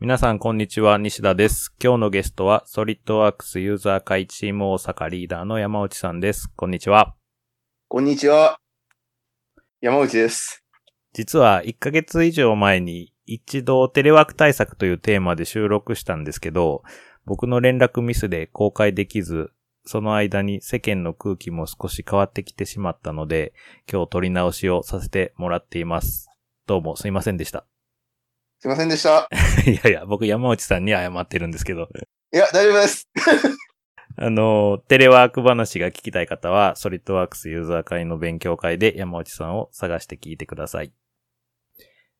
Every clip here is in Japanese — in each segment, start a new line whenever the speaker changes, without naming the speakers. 皆さん、こんにちは。西田です。今日のゲストは、ソリッドワークスユーザー会チーム大阪リーダーの山内さんです。こんにちは。
こんにちは。山内です。
実は、1ヶ月以上前に、一度テレワーク対策というテーマで収録したんですけど、僕の連絡ミスで公開できず、その間に世間の空気も少し変わってきてしまったので、今日撮り直しをさせてもらっています。どうもすいませんでした。
すいませんでした。
いやいや、僕山内さんに謝ってるんですけど。
いや、大丈夫です。
あの、テレワーク話が聞きたい方は、ソリッドワークスユーザー会の勉強会で山内さんを探して聞いてください。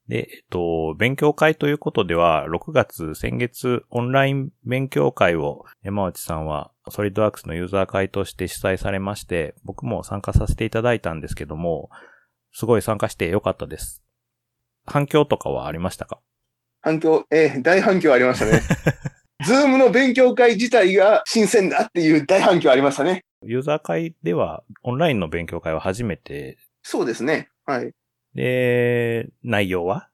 で、えっと、勉強会ということでは、6月、先月、オンライン勉強会を山内さんは、ソリッドワークスのユーザー会として主催されまして、僕も参加させていただいたんですけども、すごい参加してよかったです。反響とかはありましたか
反響、えー大反響ありましたね。ズームの勉強会自体が新鮮だっていう大反響ありましたね。
ユーザー会では、オンラインの勉強会は初めて、
そうですね。はい。
で、内容は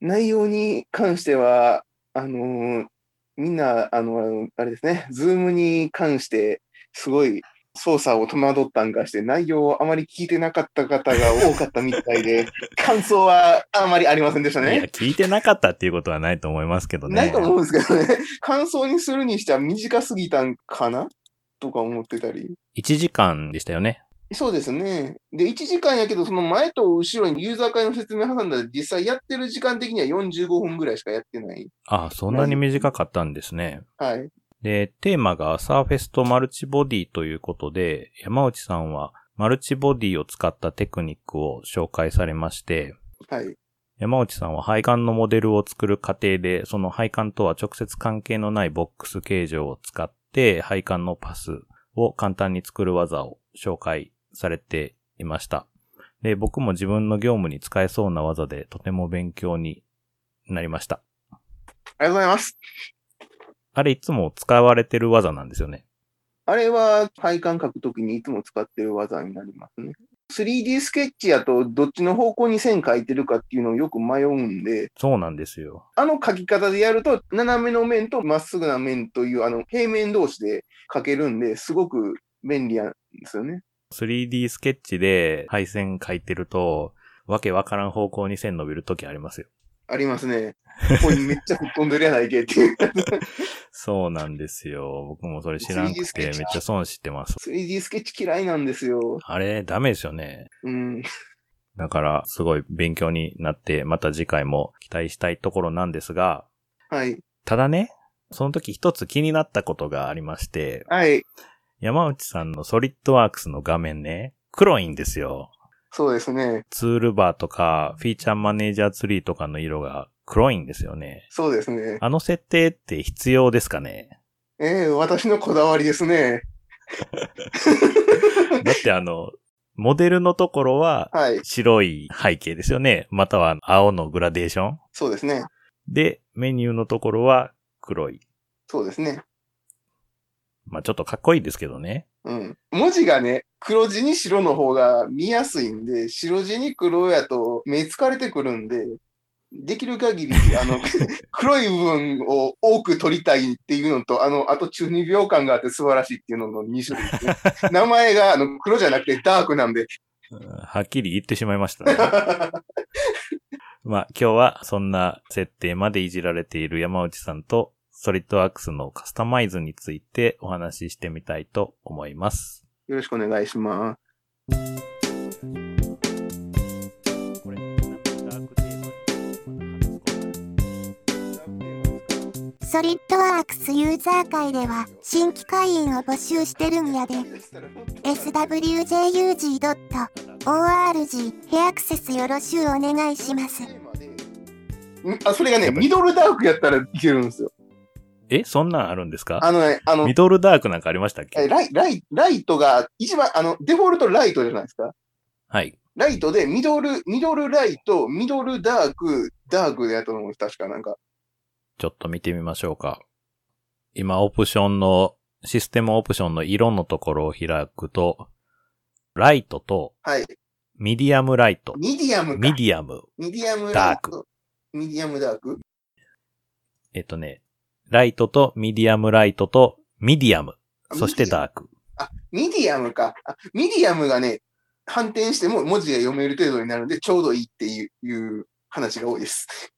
内容に関しては、あのーみんな、あの、あれですね、ズームに関して、すごい操作を戸惑ったんかして、内容をあまり聞いてなかった方が多かったみたいで、感想はあまりありませんでした
いや、
ね。
聞いてなかったっていうことはないと思いますけどね。
ないと思うんですけどね、 感想にするにしては短すぎたんかなとか思ってたり。
1時間でしたよね。
そうですね。で、1時間やけど、その前と後ろにユーザー会の説明挟んだら、実際やってる時間的には45分ぐらいしかやってない。
ああ、そんなに短かったんですね。
はい。
で、テーマがサーフェスとマルチボディということで、山内さんはマルチボディを使ったテクニックを紹介されまして、
はい。
山内さんは配管のモデルを作る過程で、その配管とは直接関係のないボックス形状を使って、配管のパスを簡単に作る技を紹介されていました。で、僕も自分の業務に使えそうな技で、とても勉強になりました。
ありがとうございます。
あれいつも使われてる技なんですよね。
あれは配管書くときにいつも使ってる技になりますね。3D スケッチやとどっちの方向に線書いてるかっていうのをよく迷うんで、
そうなんですよ。
あの書き方でやると斜めの面とまっすぐな面というあの平面同士で書けるんで、すごく便利なんですよね。
3D スケッチで配線書いてると、わけわからん方向に線伸びるときありますよ。
ありますね。ここにめっちゃ吹っ飛んでるやないけっていう。
そうなんですよ。僕もそれ知らん
3D
く
ス
て
ケ
めっ
ッチ
ちゃ損してます。
3D スケッチ嫌いなんですよ。
あれ、ダメですよね。
うん。
だから、すごい勉強になって、また次回も期待したいところなんですが、
はい。
ただね、その時一つ気になったことがありまして、
はい。
山内さんのソリッドワークスの画面ね、黒いんですよ。
そうですね。
ツールバーとか、フィーチャーマネージャーツリーとかの色が黒いんですよね。
そうですね。
あの設定って必要ですかね
ええ私のこだわりですね。
だってあの、モデルのところは
はい。
白い背景ですよね。または青のグラデーション
そうですね。
で、メニューのところは黒い。
そうですね。
まあちょっとかっこいいですけどね。
うん。文字がね、黒字に白の方が見やすいんで、白字に黒やと目疲れてくるんで、できる限 り、あの、黒い部分を多く取りたいっていうのと、あの、あと12秒間があって素晴らしいっていうのの2種類で すね。名前があの黒じゃなくてダークなんで。
うんはっきり言ってしまいましたね。 まあ今日はそんな設定までいじられている山内さんとソリッドワークスのカスタマイズについてお話ししてみたいと思います。
よろしくお願いします。
これ、ダークテーマ
ソリッドワークスユーザー会では新規会員を募集してるんやで swjug.org へアクセスよろしゅうお願いします
んあ、それがね、
やっぱり
ミドルダークやったらいけるんですよ。
え、そんなんあるんですか
あのね、あの
ミ、ドルダークなんかありましたっ
え
け
ライライライトが、一番、あの、デフォルトライトじゃないですか。
はい。
ライトで、ミドル、ミドルライト、ミドルダーク、ダークでやったと思うんです。確かなんか。
ちょっと見てみましょうか。今、オプションの、システムオプションの色のところを開くと、ライトと、
はい。
ミディアムライト、
ミディアムか。
ミディアム、
ミディアム
ダ
ラ
ー
イ
ク
ト。ミディアムダーク。
えっとね、ライトとミディアムライトとミディアム、そしてダーク。
ミディアムか。あミディアムがね、反転しても文字が読める程度になるので、ちょうどいいっていういう話が多いです。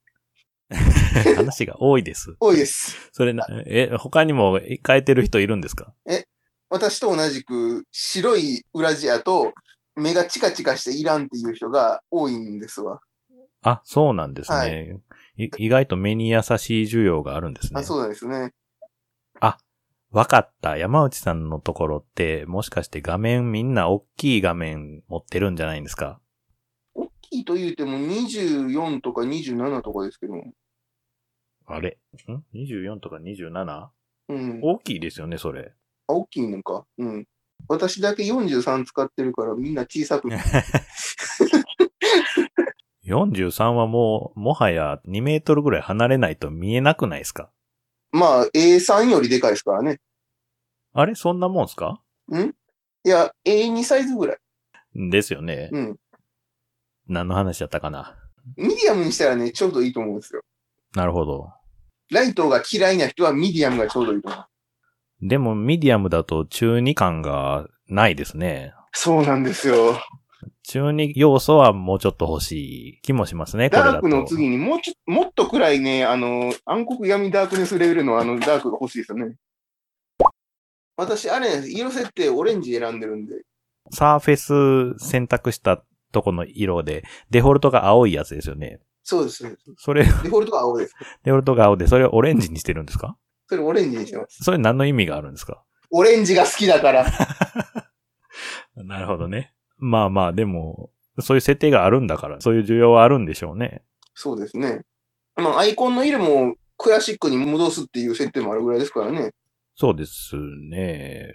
話が多いです。
多いです。
それな、え、他にも変えてる人いるんですか
私と同じく白い裏地やと目がチカチカしていらんっていう人が多いんですわ。
あ、そうなんですね。、
はい
意外と目に優しい需要があるんですね
あ、。そうなんですね。
わかった。山内さんのところって、もしかして画面みんな大きい画面持ってるんじゃないんですか
大きいと言うても24とか27とかですけども。
あれん ?24 とか 27?
うん。
大きいですよね、それ。
あ大きいのか。うん。私だけ43使ってるからみんな小さく。
43はもう、もはや2メートルぐらい離れないと見えなくないですか
まあ A3 よりでかいですからね。
あれそんなもんすか
いや、A2 サイズぐらい。
ですよね。
うん。
何の話だったかな
ミディアムにしたらね、ちょうどいいと思うんですよ。
なるほど。
ライトが嫌いな人はミディアムがちょうどいいと思う。
でも、ミディアムだと中二感がないですね。
そうなんですよ。
中二要素はもうちょっと欲しい気もしますね、これだと。
ダークの次にもうちょ、もっと暗いね、あの、暗黒闇ダークネスレベルのあのダークが欲しいですよね。私、あれ、色設定オレンジ選んでるんで。
サーフェス選択したとこの色で、デフォルトが青いやつですよね。
そうです。デ
それ、
フォルトは青です。
デフォルトが青で、それをオレンジにしてるんですか
それオレンジにしてます。
それ何の意味があるんですか
オレンジが好きだから。
なるほどね。まあまあ、でも、そういう設定があるんだから、そういう需要はあるんでしょうね。
そうですね。まあ、アイコンの色もクラシックに戻すっていう設定もあるぐらいですからね。
そうですね。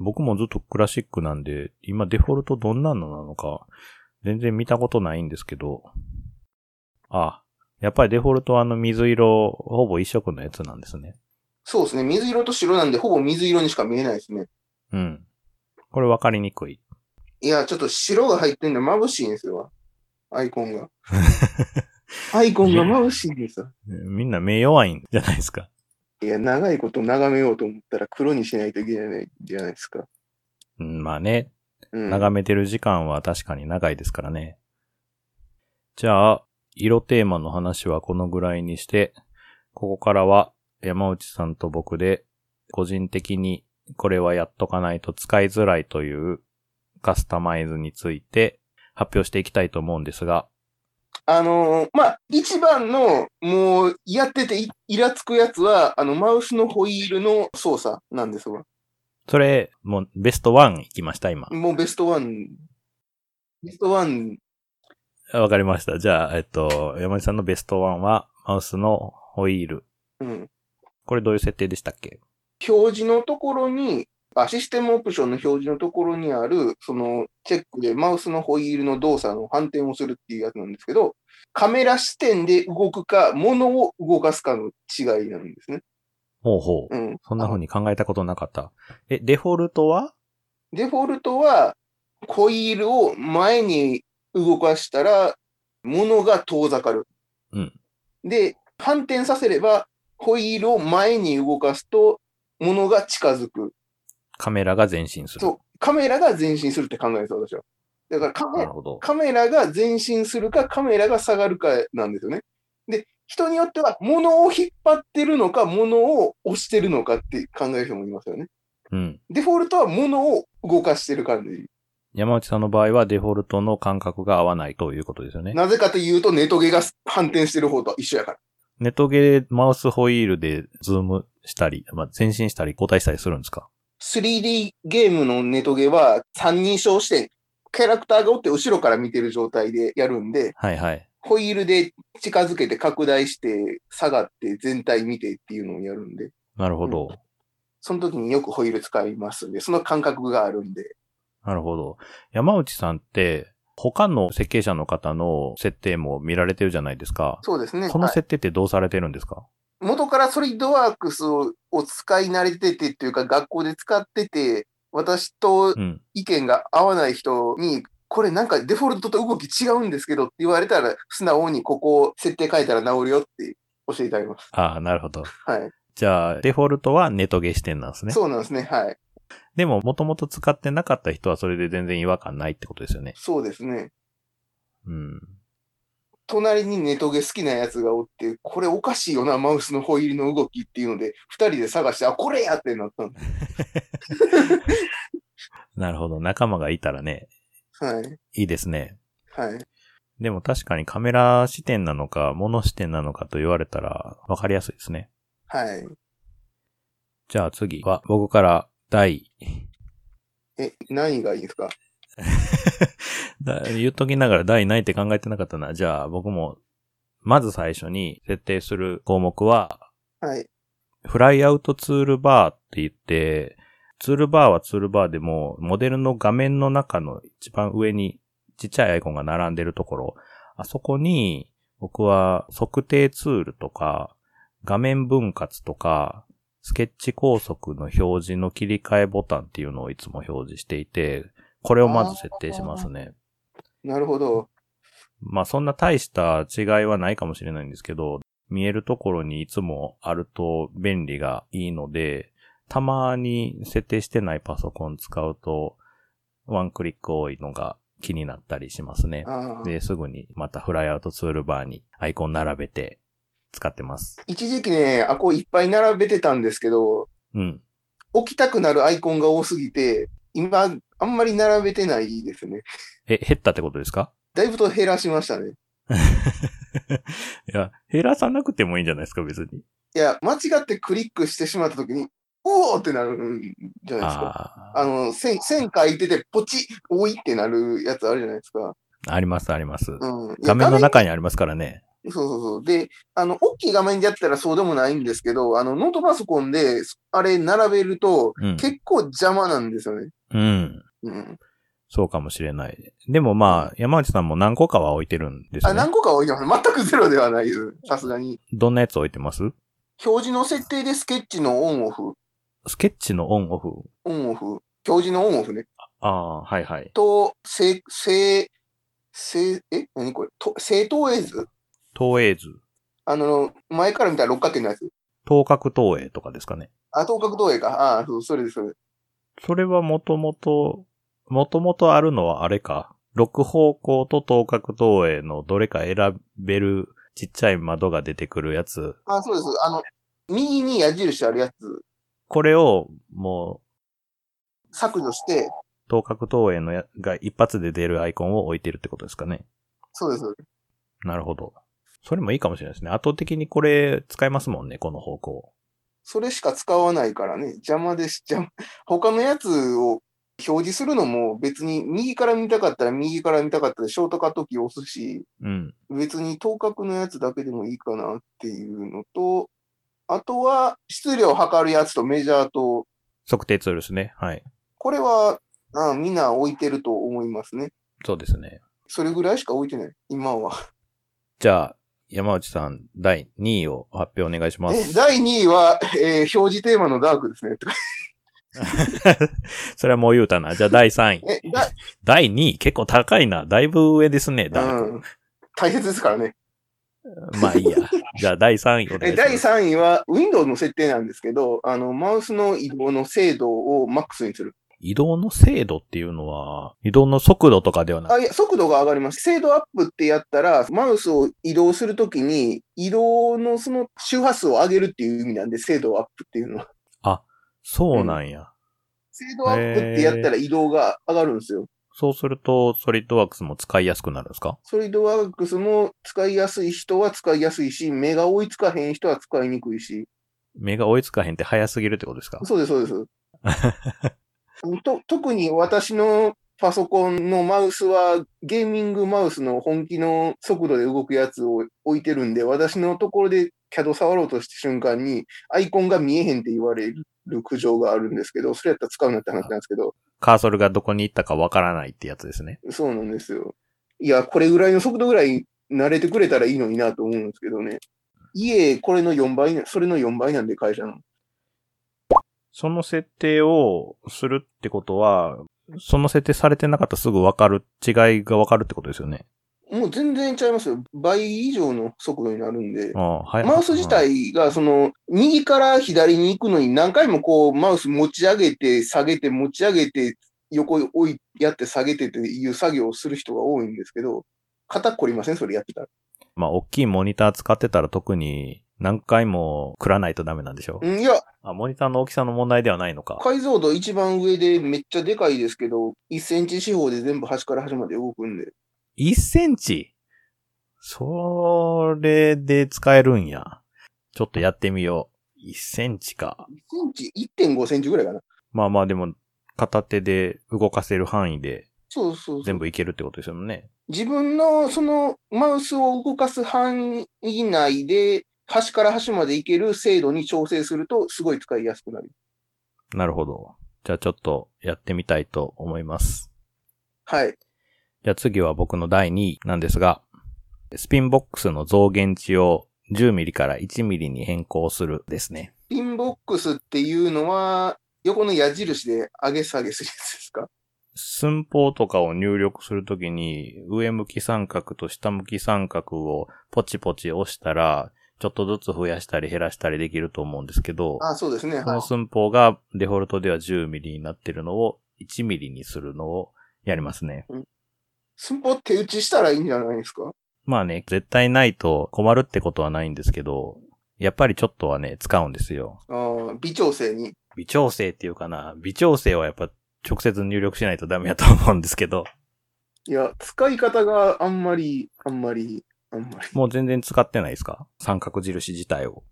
僕もずっとクラシックなんで、今デフォルトどんなのなのか、全然見たことないんですけど。あ、やっぱりデフォルトはあの水色、ほぼ一色のやつなんですね。
そうですね。水色と白なんで、ほぼ水色にしか見えないですね。
うん。これ分かりにくい。
いや、ちょっと白が入ってんの眩しいんですよ。アイコンが。アイコンが眩しいんですよ。
みんな目弱いんじゃないですか。
いや、長いこと眺めようと思ったら黒にしないといけないじゃないですか。
うん、まあね、
うん。
眺めてる時間は確かに長いですからね。じゃあ、色テーマの話はこのぐらいにして、ここからは山内さんと僕で、個人的にこれはやっとかないと使いづらいというカスタマイズについて発表していきたいと思うんですが、
あのーまあ、一番の、もう、やってていイラつくやつは、あの、マウスのホイールの操作なんですわ。
それ、もうベスト1いきました、今。
もうベストワン、ベストワン、
わかりました。じゃあ、えっと、山内さんのベストワンは、マウスのホイール。
うん。
これどういう設定でしたっけ
表示のところに、あシステムオプションの表示のところにある、そのチェックでマウスのホイールの動作の反転をするっていうやつなんですけど、カメラ視点で動くか、物を動かすかの違いなんですね。
ほうほう。
うん。
そんな風に考えたことなかった。え、デフォルトは
デフォルトは、ホイールを前に動かしたら、物が遠ざかる。
うん
で、反転させれば、ホイールを前に動かすと、物が近づく。
カメラが前進する。
そう、カメラが前進するって考えです、私は。だからカ
な
メ
るほど。
カメラが前進するか、カメラが下がるかなんですよね。で、人によっては、物を引っ張ってるのか、物を押してるのかって考える人もいますよね。
うん。
デフォルトは物を動かしてる感じ。
山内さんの場合はデフォルトの感覚が合わないということですよね。
なぜかというと、ネトゲが反転してる方と一緒やから。
ネトゲマウスホイールでズームしたり、まあ、前進したり交代したりするんですか
3D ゲームのネトゲは三人称視点。キャラクターがおって後ろから見てる状態でやるんで、
はいはい。
ホイールで近づけて拡大して下がって全体見てっていうのをやるんで、
なるほど。
その時によくホイール使いますんで、その感覚があるんで。
なるほど。山内さんって、他の設計者の方の設定も見られてるじゃないですか。
そうですね。
その
はい
設定ってどうされてるんですか
元からソリッドワークスをを使い慣れててっていうか、学校で使ってて、私と
うん。
意見が合わない人に、これなんかデフォルトと動き違うんですけどって言われたら、素直にここを設定変えたら治るよって教えてあげます。
ああ、なるほど。
はい。
じゃあ、デフォルトはネトゲ視点なんですね。
そうなんですね。はい。
でも、もともと使ってなかった人はそれで全然違和感ないってことですよね。
そうですね。
うん。
隣にネトゲ好きなやつがおって、これおかしいよな、マウスのホイールの動きっていうので、二人で探して、あ、これやってなったんです。
なるほど。仲間がいたらね、
は
い
い。
いですね。
はい。
でも確かにカメラ視点なのか、物視点なのかと言われたら、わかりやすいですね。
はい。
じゃあ次は、僕から第、
え、何がいいですか
だ言っときながら第ないって考えてなかったな。じゃあ僕も、まず最初に設定する項目は、
はい。
フライアウトツールバーって言って、ツールバーはツールバーでも、モデルの画面の中の一番上にちっちゃいアイコンが並んでるところ、あそこに、僕は測定ツールとか、画面分割とか、スケッチ高速の表示の切り替えボタンっていうのをいつも表示していて、これをまず設定しますね。
なるほど。
まあそんな大した違いはないかもしれないんですけど、見えるところにいつもあると便利がいいので、たまに設定してないパソコン使うと、ワンクリック多いのが気になったりしますね。
ああ。
で、すぐにまたフライアウトツールバーにアイコン並べて使ってます。
一時期ね、アコいっぱい並べてたんですけど、
うん。
置きたくなるアイコンが多すぎて、今、あんまり並べてないですね。
え、減ったってことですか
だいぶと減らしましたね。
いや、減らさなくてもいいんじゃないですか、別に。
いや、間違ってクリックしてしまったときに、おおってなるんじゃないですか。
あ
あの、線、線書いてて、ポチッ、多いってなるやつあるじゃないですか。
あ、あります、あります。
うん。
画面の
中
中にありますからね。
そうそうそう。で、あの、大きい画面でやったらそうでもないんですけど、あの、ノートパソコンで、あれ並べると、
うん。
結構邪魔なんですよね。
うん。
うん。
そうかもしれない。でもまあ、山内さんも何個かは置いてるんです
あ、
よね
何。個か置いてます。全くゼロではないです。さすがに。
どんなやつ置いてます
表示の設定でスケッチのオンオフ、
スケッチのオンオフ。
オンオフ、表示のオンオフね。
ああ、はいはい。
と、正、正、正、え何これと正投影図
投影図。
あの、前から見たら六角形のやつ。
等角投影とかですかね。
あ、等角投影か。ああ、そう、それです、それです。
それはもともと、もともとあるのはあれか。6方向と等角投影のどれか選べるちっちゃい窓が出てくるやつ。
あ、そうです。あの、右に矢印あるやつ、
これをも
削除して、
う、等角投影のやが一発で出るアイコンを置いてるってことですかね。
そうです。
なるほど。それもいいかもしれないですね。圧倒的にこれ使えますもんね、この方向。
それしか使わないからね、邪魔です。邪魔。他のやつを表示するのも別に右から見たかったら右から見たかったらショートカットキー押すし、
うん。
別に等角のやつだけでもいいかなっていうのと、あとは質量を測るやつとメジャーと、
測定ツールですね。はい。
これはあみんな置いてると思いますね。
そうですね。
それぐらいしか置いてない、今は。
じゃあ、山内さん、第2位を発表お願いしま
え
す。
第2位は、えー表示テーマのダークですね。
それはもう言うたな。じゃあ、第3位。
えだ
第2位、結構高いな。だいぶ上ですね、ダー
うん、大切ですからね。
ク。まあいいや。じゃあ、第3位お願い
え
します。
第3位は Windows の設定なんですけど、あの、マウスの移動の精度を MAX にする。
移動の精度っていうのは、移動の速度とかではなく、
あ、いや、速度が上がります。精度アップってやったら、マウスを移動するときに、移動のその周波数を上げるっていう意味なんで、精度アップっていうのは。
そうなんや。
精度アップってやったら移動が上がるんですよ。
そうすると、ソリッドワークスも使いやすくなるんですか
ソリッドワークスも使いやすい人は使いやすいし、目が追いつかへん人は使いにくいし。
目が追いつかへんって早すぎるってことですか
そうです、そうです。と特に私のパソコンのマウスは、ゲーミングマウスの本気の速度で動くやつを置いてるんで、私のところで CAD 触ろうとした瞬間に、アイコンが見えへんって言われる苦情があるんですけど、それやったら使うなって話なんですけど、
カーソルがどこに行ったかわからないってやつですね。
そうなんですよ。いや、これぐらいの速度ぐらい慣れてくれたらいいのになと思うんですけどね。いえ、これの4倍な、それの4倍なんで会社の。
その設定をするってことは、その設定されてなかったらすぐわかる、違いがわかるってことですよね。
もう全然ちゃいますよ。倍以上の速度になるんで。
ああはい
マウス自体が、その、右から左に行くのに何回もこう、マウス持ち上げて、下げて、持ち上げて、横に置いやって下げてっていう作業をする人が多いんですけど、肩こりませんそれやってたら。
まあ、大きいモニター使ってたら特に何回もくらないとダメなんでしょ
うんいや、
あ、モニターの大きさの問題ではないのか。
解像度一番上でめっちゃでかいですけど、1センチ四方で全部端から端まで動くんで。
1センチそれで使えるんや。ちょっとやってみよう。1センチか。
1センチ、1.5センチぐらいかな。
まあまあでも、片手で動かせる範囲で
そうそうそう
全部いけるってことですよね。
自分のそのマウスを動かす範囲内で、端から端まで行ける精度に調整すると、すごい使いやすくなる。
なるほど。じゃあちょっとやってみたいと思います。
はい。
じゃあ次は僕の第2位なんですが、スピンボックスの増減値を10ミリから1ミリに変更するですね。
ピンボックスっていうのは、横の矢印で上げ下げするやつですか
寸法とかを入力するときに、上向き三角と下向き三角をポチポチ押したら、ちょっとずつ増やしたり減らしたりできると思うんですけど、
あ、そうですね。
こ
は
の
い。
寸法がデフォルトでは10ミリになってるのを1ミリにするのをやりますね。
寸法手打ちしたらいいんじゃないですか
まあね、絶対ないと困るってことはないんですけど、やっぱりちょっとはね、使うんですよ。
あー微調整に。
微調整っていうかな、微調整はやっぱ直接入力しないとダメやと思うんですけど、
いや、使い方があんまり、あんまり、あんまり。
もう全然使ってないですか三角印自体を。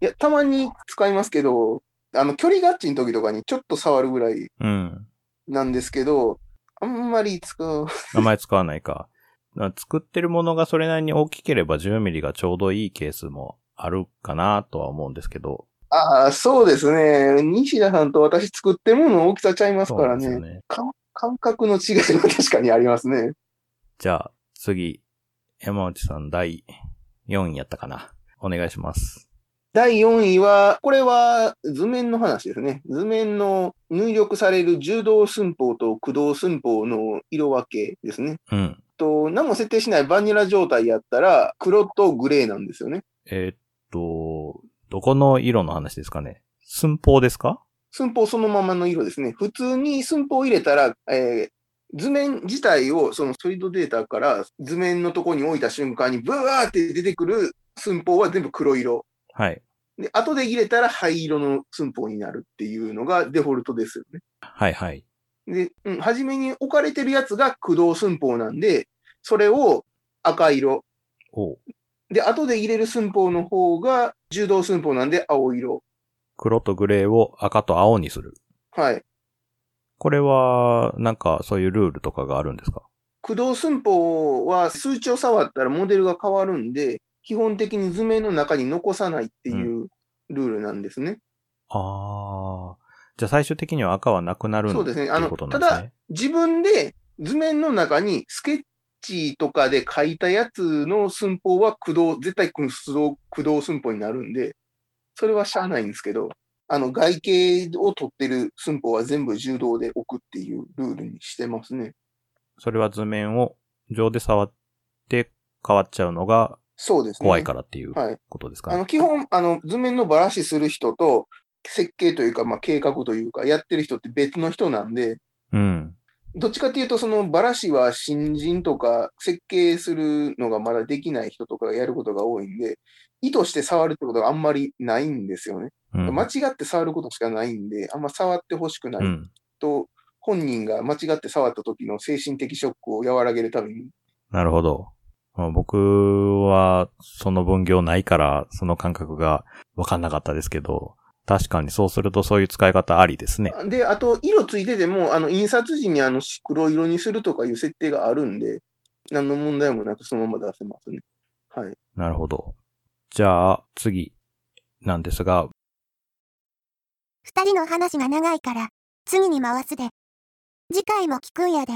いや、たまに使いますけど、あの、距離合致の時とかにちょっと触るぐらい
うん。
なんですけど、あんまり使う。
名前使わないか。だから作ってるものがそれなりに大きければ10ミリがちょうどいいケースもあるかなとは思うんですけど。
ああ、そうですね。西田さんと私作ってるもの大きさちゃいます
そう
か
な
ら
んで
ね。
すよね。
感感覚の違いは確かにありますね。
じゃあ、次、山内さん第4位やったかな。お願いします。
第4位は、これは図面の話ですね。図面の入力される柔道寸法と駆動寸法の色分けですね。
うん。
と何も設定しないバニラ状態やったら、黒とグレーなんですよね。
えーっと、どこの色の話ですかね寸法ですか
寸法そのままの色ですね。普通に寸法を入れたら、えー図面自体をそのソリッドデータから図面のところに置いた瞬間にブワーって出てくる寸法は全部黒色。
はい。
で、後で入れたら灰色の寸法になるっていうのがデフォルトですよね。
はいはい。
で、うん、初めに置かれてるやつが駆動寸法なんで、それを赤色。
おう
で、後で入れる寸法の方が柔道寸法なんで青色。
黒とグレーを赤と青にする。
はい。
これは、なんかそういうルールとかがあるんですか
駆動寸法は数値を触ったらモデルが変わるんで、基本的に図面の中に残さないっていううルールなんですね。
ああ。じゃあ最終的には赤はなくなるん
そうですねあの
っていうことなんですね。
自分で図面の中にスケッチとかで書いたやつの寸法は駆動、絶対駆動駆動寸法になるんで、それはしゃあないんですけど、あの外形を取ってる寸法は全部柔道で置くっていうルールにしてますね。
それは図面を上で触って変わっちゃうのが
そうですね。
怖いからっていう
はい。
ことですか
あ
ね。
の基本、あの図面のばらしする人と、設計というか、まあ、計画というか、やってる人って別の人なんで、
うん。
どっちかっていうと、そのバラシは新人とか、設計するのがまだできない人とかがやることが多いんで、意図して触るってことがあんまりないんですよね。
うん。
間違って触ることしかないんで、あんま触ってほしくな
う
い
ん。
と、本人が間違って触った時の精神的ショックを和らげるために。
なるほど。まあ僕はその分業ないからその感覚がわかんなかったですけど、確かにそうするとそういう使い方ありですね。
で、あと、色ついてても、あの、印刷時にあの、黒色にするとかいう設定があるんで、何の問題もなくそのまま出せますね。はい。
なるほど。じゃあ次なんですが、
二人の話が長いから、次に回すで。次回も聞くんやで。